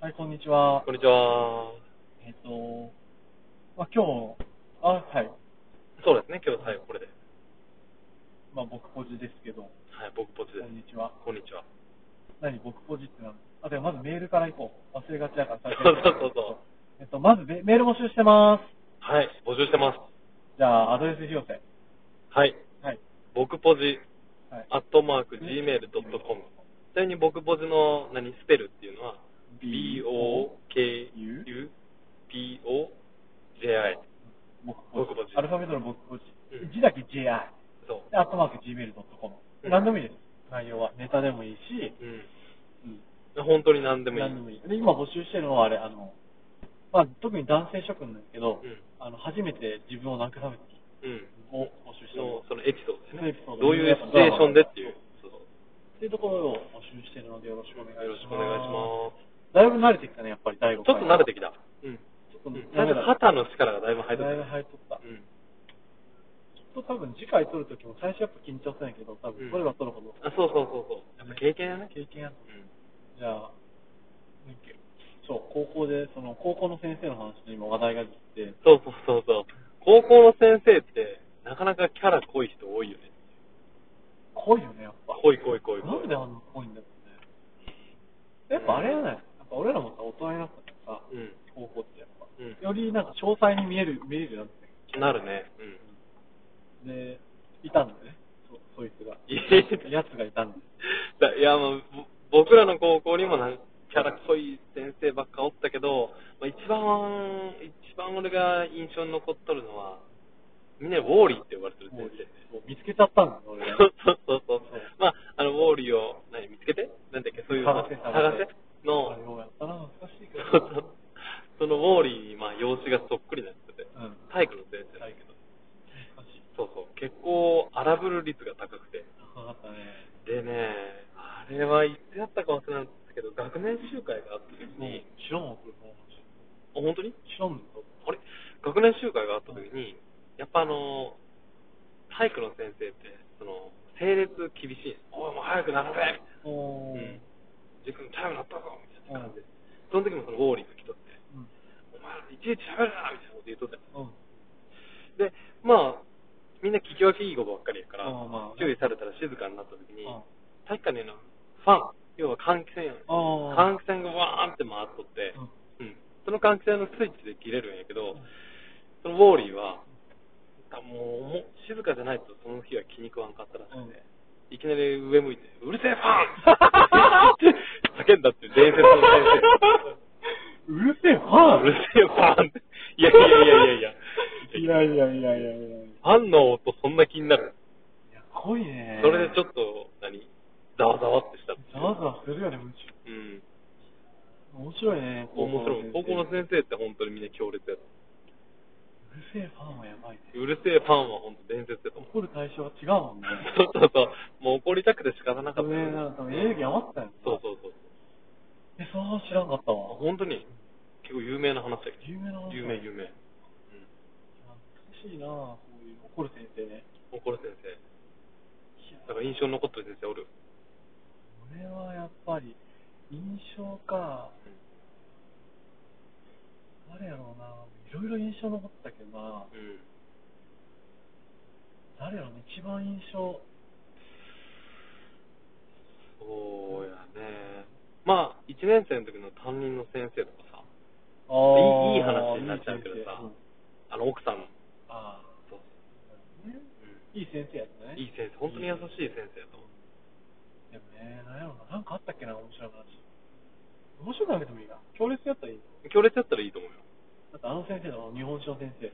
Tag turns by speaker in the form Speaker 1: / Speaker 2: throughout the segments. Speaker 1: はい、こんにちは
Speaker 2: こ。んにちは。
Speaker 1: えっ、と、まあ、今日、あ、はい。
Speaker 2: そうですね、今日最後これで。
Speaker 1: まあ、僕ポジですけど、
Speaker 2: はい、僕ポチで
Speaker 1: こ
Speaker 2: す
Speaker 1: ん。にちは。
Speaker 2: こんにちは。
Speaker 1: 何、僕ポジってなのあ、でもまずメールから行こう。忘れがちだから最
Speaker 2: そう
Speaker 1: 初
Speaker 2: そ
Speaker 1: にえっ、と、
Speaker 2: うそうそう。
Speaker 1: まずメメール募集してます。
Speaker 2: はい、募集してます。
Speaker 1: じゃあ、アドレス広瀬。
Speaker 2: はい、
Speaker 1: はい。
Speaker 2: 僕ポジ、
Speaker 1: はい。
Speaker 2: アットマーク、gmail.com。ちなみに僕ポジの何スペルっていうのは、B-O-K-U-P-O-J-I。
Speaker 1: 僕
Speaker 2: 僕
Speaker 1: ポ
Speaker 2: ポジ
Speaker 1: ジ。アルファベットの僕ポジ
Speaker 2: うん。
Speaker 1: 字だけ JI。
Speaker 2: そ
Speaker 1: で、アットマーク Gmail.com
Speaker 2: う。ん
Speaker 1: 何でもいいです。内容は。ネタでもいいし、
Speaker 2: う。うん。
Speaker 1: うん。
Speaker 2: 本当に何でもいい。
Speaker 1: 何でもいい。で、今募集してるのはあれ、あの、まあ、特に男性諸君なんですけど、
Speaker 2: うん
Speaker 1: あの、初めて自分を慰めて
Speaker 2: うん。
Speaker 1: を募集してま
Speaker 2: の
Speaker 1: す。
Speaker 2: そのエピソード
Speaker 1: そのエ
Speaker 2: で
Speaker 1: ピ
Speaker 2: ね
Speaker 1: ソー。ド
Speaker 2: どういうシチュエーションでっていう。そうそう
Speaker 1: っていうところを募集してるのでよろしくお願いします。
Speaker 2: よろしくお願いします。
Speaker 1: だいぶ慣れてきたね、やっぱり第5
Speaker 2: ちょ
Speaker 1: 回。
Speaker 2: っと慣れてきた。うん。
Speaker 1: ちょっと
Speaker 2: うん
Speaker 1: 慣れ
Speaker 2: なんか肩の力がだいぶ入って
Speaker 1: だいぶ
Speaker 2: た。
Speaker 1: 入っとった。
Speaker 2: うん。
Speaker 1: きっと多分次回撮るときも最初やっぱ緊張するんやけど、多
Speaker 2: う
Speaker 1: 分撮
Speaker 2: ん
Speaker 1: れば撮るほど
Speaker 2: あ、そうそうそうそう。やっぱ経験やね。
Speaker 1: 経験やっ
Speaker 2: うん。
Speaker 1: じゃあ、なんかそう、高校で、その高校の先生の話に今話題が来て、
Speaker 2: そうそうそうそう。高校の先生って、なかなかキャラ濃い人多いよね。
Speaker 1: 濃いよね、やっぱ。
Speaker 2: 濃い濃い濃い濃い。
Speaker 1: なんであんな濃いんだろうね。やっぱあれやない、やっぱ俺らもさ、大人になったからさ、
Speaker 2: うん。
Speaker 1: 高校ってやっぱ、
Speaker 2: うん
Speaker 1: よりなんか詳細に見える、見えるようになって
Speaker 2: なるね。うん。
Speaker 1: で、いたんだよね、そそいつが。
Speaker 2: いえ
Speaker 1: やつがいたんだよ。
Speaker 2: だいや、もう、ぼ僕らの高校にもなんキャラ濃い先生ばっかおったけど、まあ、一番、一番俺が印象に残っとるのは、みんなウォーリーって呼ばれてる
Speaker 1: も
Speaker 2: 先
Speaker 1: うそ
Speaker 2: 生。
Speaker 1: う見つけちゃったんだよ、俺が。
Speaker 2: そうそうそうそう
Speaker 1: そう。
Speaker 2: まあ、あの、ウォーリーを、何、見つけてなんだっけ、そういうの
Speaker 1: 探せ探せ
Speaker 2: 探せ
Speaker 1: あ
Speaker 2: の、
Speaker 1: ようやったな、難しいけど。
Speaker 2: そうそうそのウォーリーに、まあ、容姿がそっくりなってて、
Speaker 1: うん。
Speaker 2: 体育の先生だ
Speaker 1: 体
Speaker 2: けど、
Speaker 1: 難しい。
Speaker 2: そうそう、結構荒ぶる率が高くて。
Speaker 1: 高かったね。
Speaker 2: でね、あれはいつやったか忘れたんですけど、学年集会があった時
Speaker 1: もう
Speaker 2: に、、
Speaker 1: 知らんわ、これもう。
Speaker 2: あ本当に
Speaker 1: 知らんの
Speaker 2: あれ学年集会があった時に、やっぱあの、体育の先生って、その、整列厳しい。おい、もう早く並べみたいな。
Speaker 1: おー。
Speaker 2: うん。時間タイムなったぞみたいな感じ
Speaker 1: う
Speaker 2: で。その時もそのウォーリーが来とって、
Speaker 1: うん。
Speaker 2: お前らいちいち喋るなみたいなこと言っとったよ
Speaker 1: うん。
Speaker 2: で、まあ、みんな聞き分けいいことばっかりやから、
Speaker 1: うんまあ
Speaker 2: 注意されたら静かになった時に、
Speaker 1: あ
Speaker 2: 確かにあのファン、要は換気扇やん。
Speaker 1: あー。
Speaker 2: 換気扇がわーんって回っとって、
Speaker 1: うん
Speaker 2: うん、その換気扇のスイッチで切れるんやけど、
Speaker 1: うん
Speaker 2: そのウォーリーは、あもうもう静かじゃないとその日は気に食わんかったらしくて、いきなり上向いて、うるせえフ ァンって叫んだっていう伝説の先
Speaker 1: うるせえ、
Speaker 2: 生。
Speaker 1: は
Speaker 2: うるせえファンって。いやいやいやいやいや。
Speaker 1: いやいやいやいやいやい
Speaker 2: ファンの音そんな気になる。
Speaker 1: や。濃いね。
Speaker 2: それでちょ
Speaker 1: っ
Speaker 2: っと、何ざわざわってしたっていう。
Speaker 1: ざわざわするよね、むち。
Speaker 2: うん。
Speaker 1: 面白いね、
Speaker 2: 面白い。高校の
Speaker 1: 生。う
Speaker 2: 先生って本当にみんな強烈やった。
Speaker 1: るせえ、ファンはやばいね。
Speaker 2: うるせえファンは本当伝説だと思う。
Speaker 1: 怒る対象が違うもんね。
Speaker 2: そうそうそう。もう怒りたくて仕方なかった
Speaker 1: ご
Speaker 2: よ
Speaker 1: め
Speaker 2: ね、
Speaker 1: ん、なんかエネルギー余ったよ。
Speaker 2: そうそうそう。
Speaker 1: え、その話知らんかったわ。
Speaker 2: 本当に、結構有名な話だけど。
Speaker 1: 有名な話
Speaker 2: 有 名、有名。うん。
Speaker 1: 難しいなぁ、こういう怒る先生 ね。
Speaker 2: 怒る先生。
Speaker 1: い
Speaker 2: だ
Speaker 1: や
Speaker 2: から印象に残ってる先生おる。
Speaker 1: 俺はやっぱり、印象か、誰やろうなぁ、いろいろ印象残ったけどな
Speaker 2: うん。うん
Speaker 1: 誰やろうね、一番印象、
Speaker 2: そうやね。まあ、一年生の時の担任の先生とかさ、
Speaker 1: あ
Speaker 2: いいいい話になっちゃうけど
Speaker 1: い
Speaker 2: さ
Speaker 1: い先生うん、
Speaker 2: あの奥さんの、
Speaker 1: あ
Speaker 2: そう
Speaker 1: ー、ね
Speaker 2: う
Speaker 1: いい先生やったね。
Speaker 2: ん、いい先生、本当に優しい先生だと思う。
Speaker 1: でもね、なんやろうな、なんかあったっけな、面白い話。面白くなくてもいいな。強烈やったらいいの。
Speaker 2: 強烈だったらいいと思うよ。
Speaker 1: だってあの先生の日本史の先生、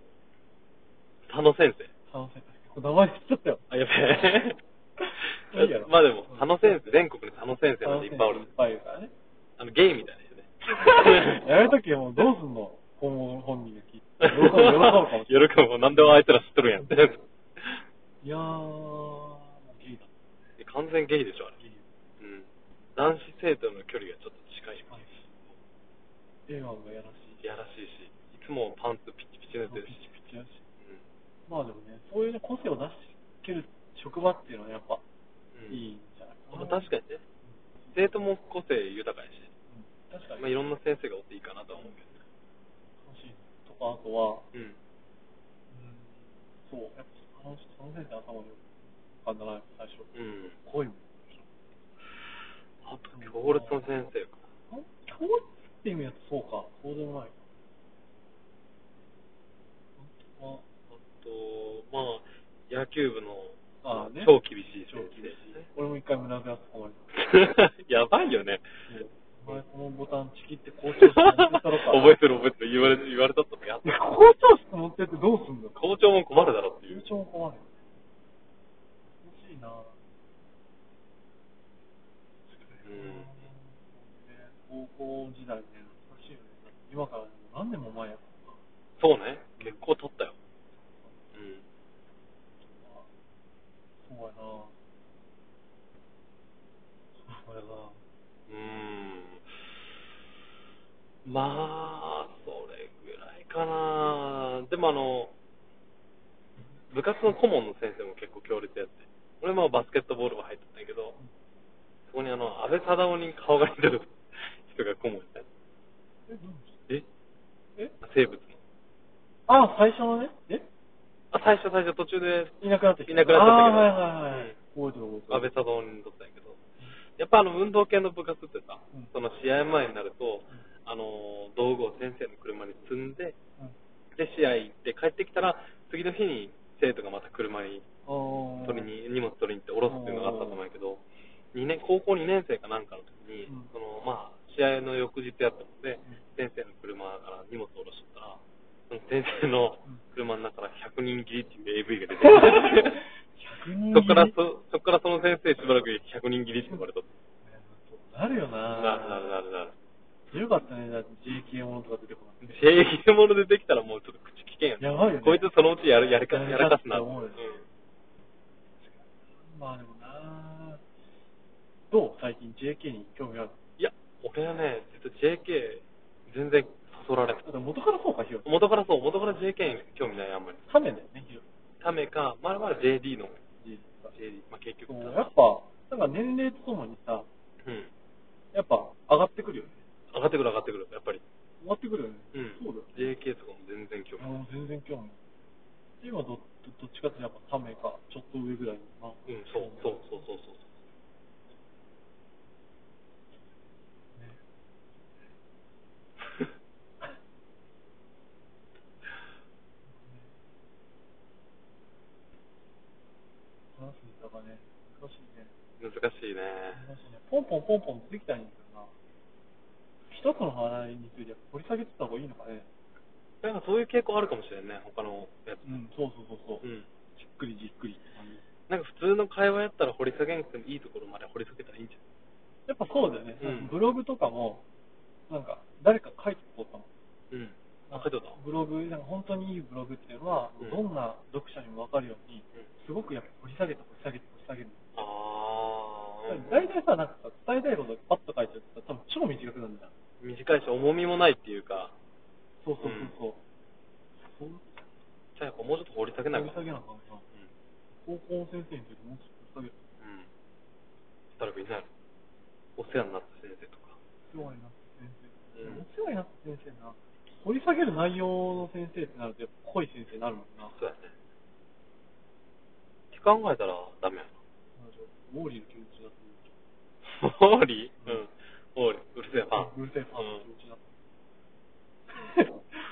Speaker 2: 佐野先生。
Speaker 1: あの先生、名前知っちゃったよ。
Speaker 2: あ、や べえ。
Speaker 1: いいやろ
Speaker 2: まあでも
Speaker 1: うん、
Speaker 2: 佐野先生、全国に佐野先生なんていっぱいお
Speaker 1: いっ
Speaker 2: る。
Speaker 1: ぱいいるからね。
Speaker 2: あの、ゲイみたいな人ね。
Speaker 1: やるときはもうどうすんの本物本人が聞いて。喜ぶ、喜ぶかもしれない。
Speaker 2: 喜ぶもん、なんでもあいつら知っとるやんって。
Speaker 1: いやー、もうゲイだ。
Speaker 2: 完全ゲイでしょ、あれ。
Speaker 1: ゲイ。
Speaker 2: うん。男子生徒の距離がちょっと近い。
Speaker 1: 笑顔がやらしい。
Speaker 2: いやらしいし、いつもパンツピチピチ
Speaker 1: ピ
Speaker 2: になってるし。
Speaker 1: チピチやし。
Speaker 2: うん
Speaker 1: まあでもね、そういうね、個性を出してる職場っていうのはやっぱ、
Speaker 2: うん
Speaker 1: いいんじゃないか
Speaker 2: まあ
Speaker 1: な。
Speaker 2: 確かにね、生徒も個性豊かやし、
Speaker 1: うん確かに。
Speaker 2: まあ、いろんんな先生がおっていいかなとは思うけ
Speaker 1: 欲しいとか、あとは、
Speaker 2: ど。うん。
Speaker 1: うん、そう、やっぱそのその先生頭に浮かんだな、最初。
Speaker 2: うん。
Speaker 1: 恋も。
Speaker 2: あと、強烈な先生か。
Speaker 1: あ教育って意味だとそうか、そうでもないか。あとは
Speaker 2: あと、まあ、野球部の、
Speaker 1: ああね
Speaker 2: 超厳しい
Speaker 1: 超
Speaker 2: 先
Speaker 1: 厳しい
Speaker 2: 生ですね。
Speaker 1: 俺も一回胸ぐらつかまれた。
Speaker 2: やばいよね。
Speaker 1: お前このボタンちぎって校長室持ってったろか。
Speaker 2: 覚えてる覚えてる。言われて、言われたとかやっ
Speaker 1: い
Speaker 2: た
Speaker 1: や。校長室持ってってどうすんの
Speaker 2: 校長も困るだろっていう
Speaker 1: 友。情も困る。欲しいなぁ。
Speaker 2: うん
Speaker 1: ね高校時代ね、懐かしいよね。今から何年も前やからな。
Speaker 2: そうね。結構取ったよ。うん。
Speaker 1: そうやなぁ。そうやなぁ。
Speaker 2: うーんまあ、それぐらいかな。でもあの、部活の顧問の先生も結構強烈やって。俺もバスケットボールは入ってたんやけど、そこにあの、安倍貞夫に顔が似てる人が顧問した。
Speaker 1: え、どうし
Speaker 2: え
Speaker 1: え
Speaker 2: 生物の。
Speaker 1: あ、最初のね。え
Speaker 2: あ、最初最初途中で
Speaker 1: いなくなってきた。
Speaker 2: いなくなっちゃったけど
Speaker 1: あーはいはいはい。覚えてる覚えてる。
Speaker 2: 安倍佐藤にとったんやけど、やっぱあの運動系の部活ってさ、
Speaker 1: うん
Speaker 2: その試合前になると、あの道具を先生の車に積んで、で試合行って帰ってきたら、次の日に生徒がまた車に
Speaker 1: うん。あー
Speaker 2: 取りに、荷物取りに行って降ろすっていうのがあったと思うんやけど、2年高校2年生かなんかの時に、
Speaker 1: うん
Speaker 2: そのまあ、試合の翌日やったので、
Speaker 1: ん
Speaker 2: 先生の車から荷物を降ろしとったら、その先生の
Speaker 1: うん
Speaker 2: 車の中から100人切りっていう AV が出てき て。
Speaker 1: 100人
Speaker 2: そっから
Speaker 1: 切り
Speaker 2: そ、そっからその先生しばらく100人切りって言われた。
Speaker 1: なるよな
Speaker 2: な
Speaker 1: ぁ。
Speaker 2: るなるなるなる。
Speaker 1: よかったね、だって JK ものとか出てこなくて。
Speaker 2: 平気者でできたらもうちょっと口危険やね。
Speaker 1: やばいよね
Speaker 2: こいつそのうちやるやりか
Speaker 1: や
Speaker 2: や
Speaker 1: り
Speaker 2: ら
Speaker 1: か
Speaker 2: か
Speaker 1: す
Speaker 2: すな
Speaker 1: と思うよ
Speaker 2: うん
Speaker 1: まあでもなどう最近 JK に興味ある
Speaker 2: いや、俺はね、実は JK 全然そそられない
Speaker 1: だ。って元からそうか、ヒロ。
Speaker 2: 元からそう、元から JK に興味ないあんまり。
Speaker 1: カメだよね、ヒロ。
Speaker 2: ためか、まだまだ JD の。JD、まあ結局
Speaker 1: そう
Speaker 2: か
Speaker 1: やっぱ、なんか年齢とともにさ、
Speaker 2: うん。
Speaker 1: やっぱ上がってくるよね。
Speaker 2: 上がってくる上がってくる、やっぱり。
Speaker 1: 上がってくるよね。
Speaker 2: う
Speaker 1: そ
Speaker 2: ん。
Speaker 1: うだよ。
Speaker 2: JK とかも全然興味ない。
Speaker 1: もう全然興味ない。今ど、どどっちかってやっぱカメか、ちょっと上ぐらいのな。
Speaker 2: うん、そう、そう、そう、そう、そう。
Speaker 1: ね話すネタがね、難しいね。
Speaker 2: 難しいね。
Speaker 1: 難しいね。ポンポンポンポンできたらいいんだけどな。一つの話について掘り下げてた方がいいのかね。
Speaker 2: なんかそういう傾向あるかもしれんね、他のやつ。
Speaker 1: うん、そうそうそうそう。
Speaker 2: うん。
Speaker 1: じっくりじっくりって感じ。
Speaker 2: なんか普通の会話やったら掘り下げなくてもいいところまで掘り下げたらいいんじ
Speaker 1: やっぱそうだよね。
Speaker 2: うん
Speaker 1: ブログとかも、なんか、誰か書いておったもん。
Speaker 2: ゃん。うん。あ、書いておった
Speaker 1: ブログ、なんか本当にいいブログっていうのは、
Speaker 2: うん
Speaker 1: どんな読者にもわかるように、
Speaker 2: うん
Speaker 1: すごくやっぱ掘り下げて掘り下げて掘り下げる。
Speaker 2: あー。
Speaker 1: 大体さ、なんかさ、伝えたいことパッと書いちゃうとさ、多分超短くなるじゃん。
Speaker 2: 短いし重みもないっていうか、
Speaker 1: そうそうそうそう。
Speaker 2: じゃあやっぱもうちょっと掘り下げない
Speaker 1: 掘
Speaker 2: か
Speaker 1: り
Speaker 2: な。
Speaker 1: 下げな
Speaker 2: う
Speaker 1: あかんな。
Speaker 2: ん。う
Speaker 1: 高校の先生についてもうちょっと掘り下げる。
Speaker 2: ん。誰かいないのお世話になった先生とか。
Speaker 1: お世話になった先生。
Speaker 2: うん
Speaker 1: お世話になった先生な。掘り下げる内容の先生ってなると、やっぱ濃い先生になるもんな。
Speaker 2: そうやね。って考えたらダメや
Speaker 1: ウォーリーの気持ちになってる。
Speaker 2: な。オーリーうん。オーリー。うるせえファ
Speaker 1: う
Speaker 2: ン。
Speaker 1: るせえファン
Speaker 2: う
Speaker 1: の
Speaker 2: ん
Speaker 1: 気持ちだった。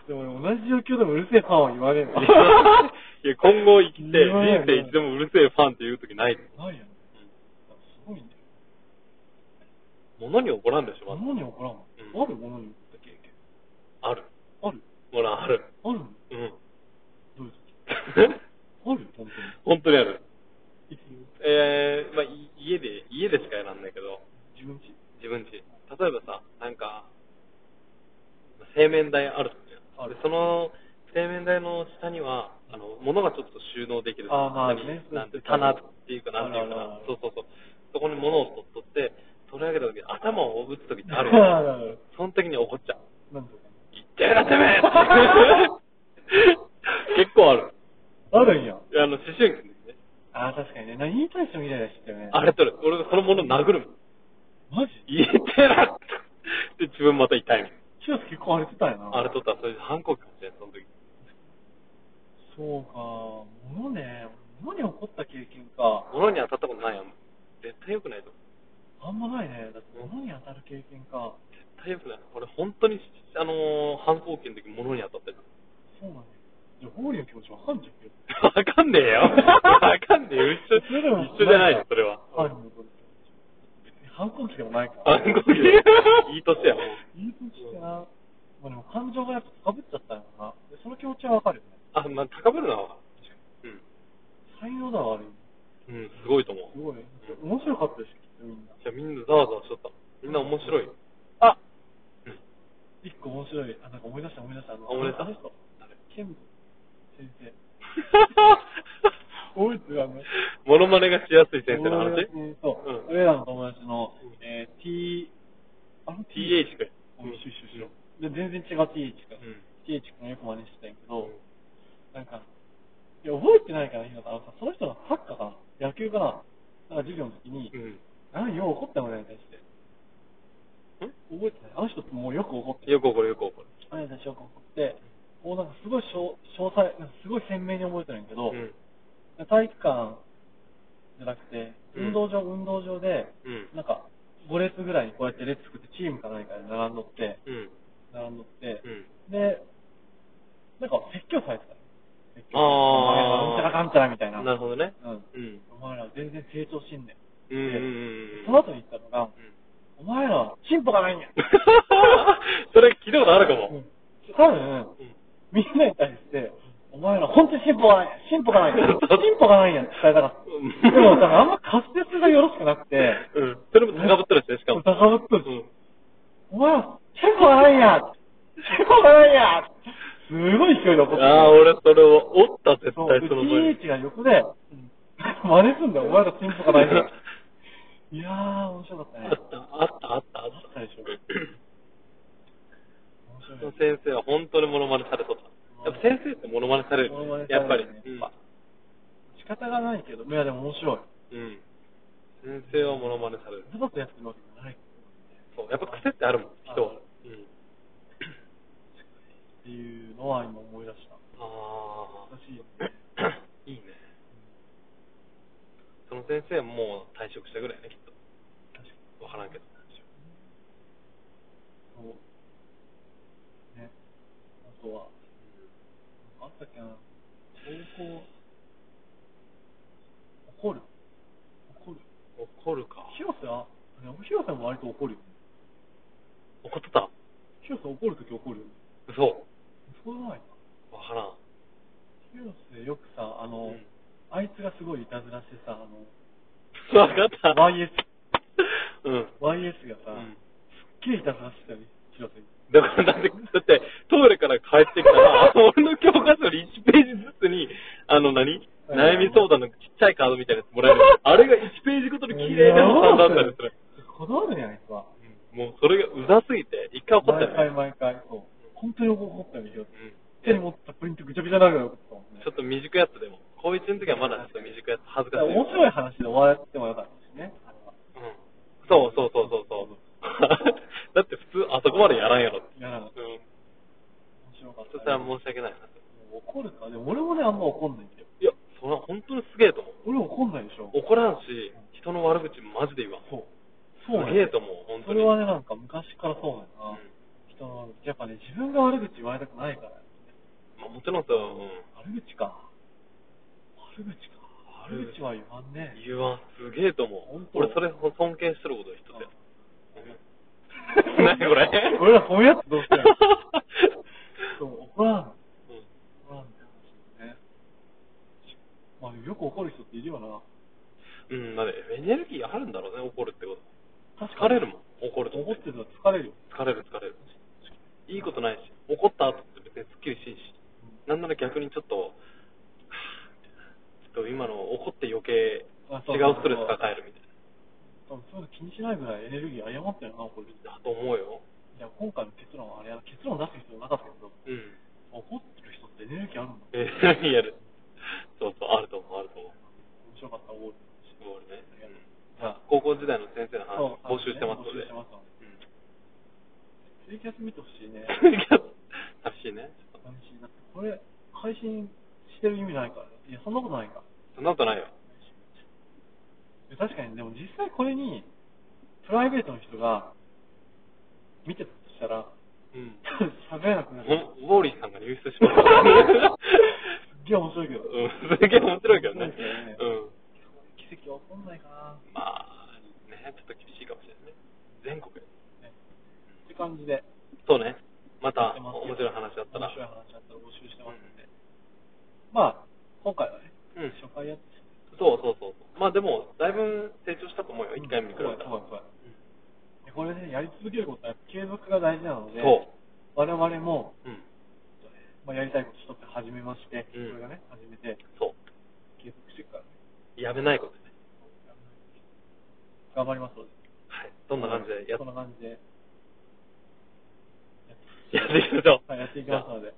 Speaker 1: でも俺同じ状況でもうるせえファンは言われる
Speaker 2: いや、今後生きて、人
Speaker 1: 言わない
Speaker 2: 生一度もうるせえファンっていう時ない。
Speaker 1: ないやん。すごいんだよ。
Speaker 2: 物に怒らんでしょ、まず
Speaker 1: 物に怒らんわ。
Speaker 2: うん
Speaker 1: ある物に怒った経験。
Speaker 2: ある。
Speaker 1: ある
Speaker 2: ほら、ある。
Speaker 1: ある
Speaker 2: うん。
Speaker 1: どういう時ある本当に。
Speaker 2: 本当にある。
Speaker 1: いつ言う
Speaker 2: えー、まあ、い家で、家でしかやらんないけど、
Speaker 1: 自分ち
Speaker 2: 自分ち。例えばさ、なんか、製麺台あるじゃ
Speaker 1: あ
Speaker 2: ん。
Speaker 1: る
Speaker 2: で、その、製麺台の下には、あの、物がちょっと収納できる。
Speaker 1: あーまあね
Speaker 2: 何なんて、棚っていうか、なんていう
Speaker 1: あるある
Speaker 2: か
Speaker 1: あ
Speaker 2: な
Speaker 1: る。
Speaker 2: そうそうそう。そこに物を取っとって、取り上げた時に頭を打つ時ってある
Speaker 1: あるある
Speaker 2: その時に怒っちゃう。
Speaker 1: なんとか。
Speaker 2: いってやらてめえ って結構ある。
Speaker 1: あるんや。
Speaker 2: あの、思春期の時ね。
Speaker 1: ああ、確かにね。何に対してもイライラしてたよね。
Speaker 2: あれとる。俺がそのものを殴るもん。
Speaker 1: マジ
Speaker 2: 言えてなって。で、で自分また痛いみたい
Speaker 1: シューズ結構荒れてたよな。
Speaker 2: な。あれ取ったらそれで反抗期かもしれない、その時。
Speaker 1: そうか、物ね、物に起こった経験か。
Speaker 2: 物に当たったことないやん。絶対良くないと思う。
Speaker 1: あんまないね。だって物に当たる経験か。
Speaker 2: 絶対良くない。俺本当に、あのー反抗期の時物に当たってた。
Speaker 1: そうなんだね。じゃあ、ホーリーの気持ちわかんじゃんけど。
Speaker 2: わかんねえよ。わかんねえよ。 一緒、一緒じゃないよ、それは。
Speaker 1: はい、もうこれ別に反抗期でもないから。
Speaker 2: 反抗期でいい年や
Speaker 1: いい年だな。まあでも感情がやっぱ高ぶっちゃったんやろな。で、その気持ちはわかるよね。
Speaker 2: あ、まあ、高ぶるな。うん。
Speaker 1: 才能だわ、あれ。
Speaker 2: うん、すごいと思
Speaker 1: す
Speaker 2: う。
Speaker 1: ごい。面白かったでしょ、きっとみんな。
Speaker 2: じゃあみんなざわざわしとった。みんな面白い。
Speaker 1: あ
Speaker 2: うん。
Speaker 1: 一個面白い。あ、なんか思い出した、思い出した。あの、
Speaker 2: あ思い出した
Speaker 1: あの人。
Speaker 2: 誰
Speaker 1: ケン先生。覚えてるあの、
Speaker 2: モノマネがしやすい先生の話
Speaker 1: うんそう。
Speaker 2: うん
Speaker 1: 俺らの友達の
Speaker 2: うん、
Speaker 1: えー、T、あの
Speaker 2: ?TH 君。
Speaker 1: おいしゅしゅしで、全然違う TH 君。
Speaker 2: うん
Speaker 1: TH 君がよく真似してたんやけど、
Speaker 2: うん
Speaker 1: なんか、いや、覚えてないから、ひなた。あのさ、その人のサッカーかな野球かななんか授業の時に、
Speaker 2: うん。
Speaker 1: 何よ、怒ったよね、に対して。覚えてない。あの人ってもうよく怒って
Speaker 2: よく怒る、よく怒る。
Speaker 1: あれでしょ、ここって、もうなんかすごい詳詳細、なんかすごい鮮明に覚えてるんやけど、
Speaker 2: うん。
Speaker 1: 体育館じゃなくて、
Speaker 2: うん
Speaker 1: 運動場、運動場で、
Speaker 2: うん。
Speaker 1: なんか5列ぐらいにこうやって列作って、チームか何かで並んどって、
Speaker 2: うん。
Speaker 1: 並んどって、
Speaker 2: うん。
Speaker 1: で、なんか説教されてたの。説教
Speaker 2: あー
Speaker 1: お前らなんちゃらかんちゃらみたいな。
Speaker 2: なるほどね。
Speaker 1: うん。
Speaker 2: うん。
Speaker 1: お前ら全然成長しんねん。
Speaker 2: うんう
Speaker 1: そ
Speaker 2: ん。うん。
Speaker 1: の 後に言ったのが、
Speaker 2: うん。
Speaker 1: お前ら、進歩がないんや。
Speaker 2: それ聞いたことあるか
Speaker 1: う
Speaker 2: も。
Speaker 1: ん多分、
Speaker 2: うん。
Speaker 1: みんなに対して、お前ら本当に進歩がない、進歩がない、進歩がないやんって伝えたかった。でもさ、あんま滑舌がよろしくなくて、
Speaker 2: うん。それも高ぶってるしね、しかも。
Speaker 1: 疑っとるし、
Speaker 2: う
Speaker 1: お
Speaker 2: ん。
Speaker 1: 前ら進歩がないやん進歩がないやんすごい勢いで怒って
Speaker 2: ああ、俺、それを、おった、絶対、
Speaker 1: そ、
Speaker 2: そう
Speaker 1: で
Speaker 2: の声。
Speaker 1: TH が横で、 真似すんだよ、お前ら進歩がないやん。 いやー、面白かったね
Speaker 2: あ。った、あった、あった、あ
Speaker 1: あ
Speaker 2: っ
Speaker 1: ったでしょ。
Speaker 2: た。
Speaker 1: 面
Speaker 2: そ
Speaker 1: 白
Speaker 2: の
Speaker 1: い。
Speaker 2: 先生は本当にモノマネされとった。やっぱ先生ってモノマネされる
Speaker 1: モノマネ。される
Speaker 2: やっぱり。
Speaker 1: ねやっぱ仕方がないけど、いやでも面白い。
Speaker 2: うん。うん。先生はモノマネされる。
Speaker 1: ズバッとやってるわけじゃない。
Speaker 2: そう。やっぱ癖ってあるもん、人は。うん。
Speaker 1: っていうのは今思い出した。
Speaker 2: あ
Speaker 1: 懐かしいよね。
Speaker 2: あ。いいね。その先生はもう退職したぐらいね、きっ
Speaker 1: 確かに。
Speaker 2: と。わからんけど。
Speaker 1: そう。ね。あとは、あったっけな。高校、怒る。怒る。
Speaker 2: 怒るか。
Speaker 1: 広瀬は、でも広瀬も割と怒るよね。
Speaker 2: 怒ってた
Speaker 1: 広瀬怒るとき怒るよね。
Speaker 2: 嘘。
Speaker 1: そうでもないな。
Speaker 2: わからん。
Speaker 1: 広瀬よくさ、あの、
Speaker 2: うん
Speaker 1: あいつがすごいいたずらしてさ、あの、
Speaker 2: わかった。
Speaker 1: YS、
Speaker 2: うん。
Speaker 1: YS が
Speaker 2: う
Speaker 1: さ、
Speaker 2: ん
Speaker 1: すっげえいたずらしてたよね、広瀬に。
Speaker 2: だからだって、だって、トイレから帰ってきた ら、俺の教科書より1ページずつに、あの何、悩み相談のちっちゃいカードみたいなやつも らえる。あれが1ページごとに綺麗なのだったりする。
Speaker 1: こだわるね、あいつは。
Speaker 2: もうそれがうざすぎて、一回怒った
Speaker 1: 毎回
Speaker 2: よね。
Speaker 1: 毎回、そう。本当に怒ったよね、ひろ
Speaker 2: う
Speaker 1: つ。
Speaker 2: ん
Speaker 1: 手に持ったプリントぐちゃぐちゃになるぐらい怒ったもんね。
Speaker 2: ちょっと未熟やったでも、高一の時はまだちょっと未熟やった。恥ずかしい。
Speaker 1: 面白い話で終わってもよかったしね。
Speaker 2: うん。そうそうそうそうそう。 だって普通、あそこまでやらんやろ。
Speaker 1: いや、なんか
Speaker 2: うん。
Speaker 1: 面白かった
Speaker 2: そ
Speaker 1: ね。
Speaker 2: したら申し訳ないな。
Speaker 1: もう怒るか。でも俺もね、あんま怒んないんだよ。
Speaker 2: いや、それは本当にすげえと思う。
Speaker 1: 俺怒んないでしょ。
Speaker 2: 怒らんし、人の悪口マジで言わん。
Speaker 1: そう。そう
Speaker 2: すげえと思う、本当
Speaker 1: そ
Speaker 2: に。
Speaker 1: れはね、なんか昔からそうなん
Speaker 2: うん
Speaker 1: だな。人の、やっぱね、自分が悪口言われたくないから。
Speaker 2: まあもちろんさ、うん。
Speaker 1: 悪口か。悪口か。
Speaker 2: 悪口
Speaker 1: 悪口は言わんね。
Speaker 2: 言わん、すげえと思う
Speaker 1: 本。当
Speaker 2: 俺、それほ尊敬してること 一つや。
Speaker 1: うん
Speaker 2: 何これ
Speaker 1: 俺らそういうやつどうしてんのそう、怒らんの。
Speaker 2: うん
Speaker 1: 怒らんのよね。まあ、よく怒る人っているよな。
Speaker 2: うん、だってエネルギーあるんだろうね、怒るってこと。
Speaker 1: 確か
Speaker 2: 疲
Speaker 1: に
Speaker 2: れるもん、怒ると。
Speaker 1: 怒ってたら疲れるよ。
Speaker 2: 疲れる、疲れる。いいことないし、怒った後って別にスッキリしんし。なんなら逆にちょっと、はぁちょっと今の怒って余計
Speaker 1: あそう
Speaker 2: 違うストレス抱えるみたい
Speaker 1: 多分そういうの気にしないぐらいエネルギー誤ったよな、これ。い
Speaker 2: な。だと思うよ。
Speaker 1: や、今回の結論はあれや、結論出す必要なかったけど、
Speaker 2: うん。
Speaker 1: 怒ってる人ってエネルギーあるんだ。
Speaker 2: えー、やる。そうそう、あると思う、あると思う。
Speaker 1: 面白かった、怒る。
Speaker 2: もうね、うん
Speaker 1: じゃあ、
Speaker 2: 高校時代の先生の話
Speaker 1: そう
Speaker 2: 募集してますの
Speaker 1: 募集
Speaker 2: で
Speaker 1: して、ますので。
Speaker 2: うん
Speaker 1: ツイキャス見てほしい ね。
Speaker 2: ツイキャス楽しいね。
Speaker 1: 楽しいな。これ、配信してる意味ないから。いや、そんなことないか。
Speaker 2: そんなことないよ。
Speaker 1: いや確かに、でも実際これに、プライベートの人が、見てたとしたら、
Speaker 2: うん。
Speaker 1: 喋れなくな る。
Speaker 2: ウォーリーさんが入室し ました。
Speaker 1: すっげえ面白いけど。
Speaker 2: うん、すげえ面白いけどね。
Speaker 1: 面白いけどね
Speaker 2: うん。
Speaker 1: 奇跡は起こんないかな。
Speaker 2: まあ、ね、ちょっと厳しいかもしれないね。全国
Speaker 1: って感じで。
Speaker 2: そうね。ま、
Speaker 1: やったてす
Speaker 2: 面
Speaker 1: けど
Speaker 2: 白い話だったら
Speaker 1: 面。白い話だったら募集してますんで。まあ、今回はね、
Speaker 2: うん。
Speaker 1: 初回やって、
Speaker 2: そうそうそう。まあでも、だいぶ成長したと思うよ。一回目に比べ
Speaker 1: 怖い
Speaker 2: たら。
Speaker 1: 怖い怖い。でこれね、やり続けることは継続が大事なので、
Speaker 2: そ
Speaker 1: 我々も、
Speaker 2: う。うん。
Speaker 1: まあ、やりたいこと一つ始めまして、
Speaker 2: うん
Speaker 1: それがね、始めて、
Speaker 2: そ
Speaker 1: 継続していくからね、
Speaker 2: う。やめないことね。
Speaker 1: 頑張りますので。
Speaker 2: はい。どんな感じでやっ
Speaker 1: そんな感じで、
Speaker 2: やっていきましょう。
Speaker 1: はいやっていきますので。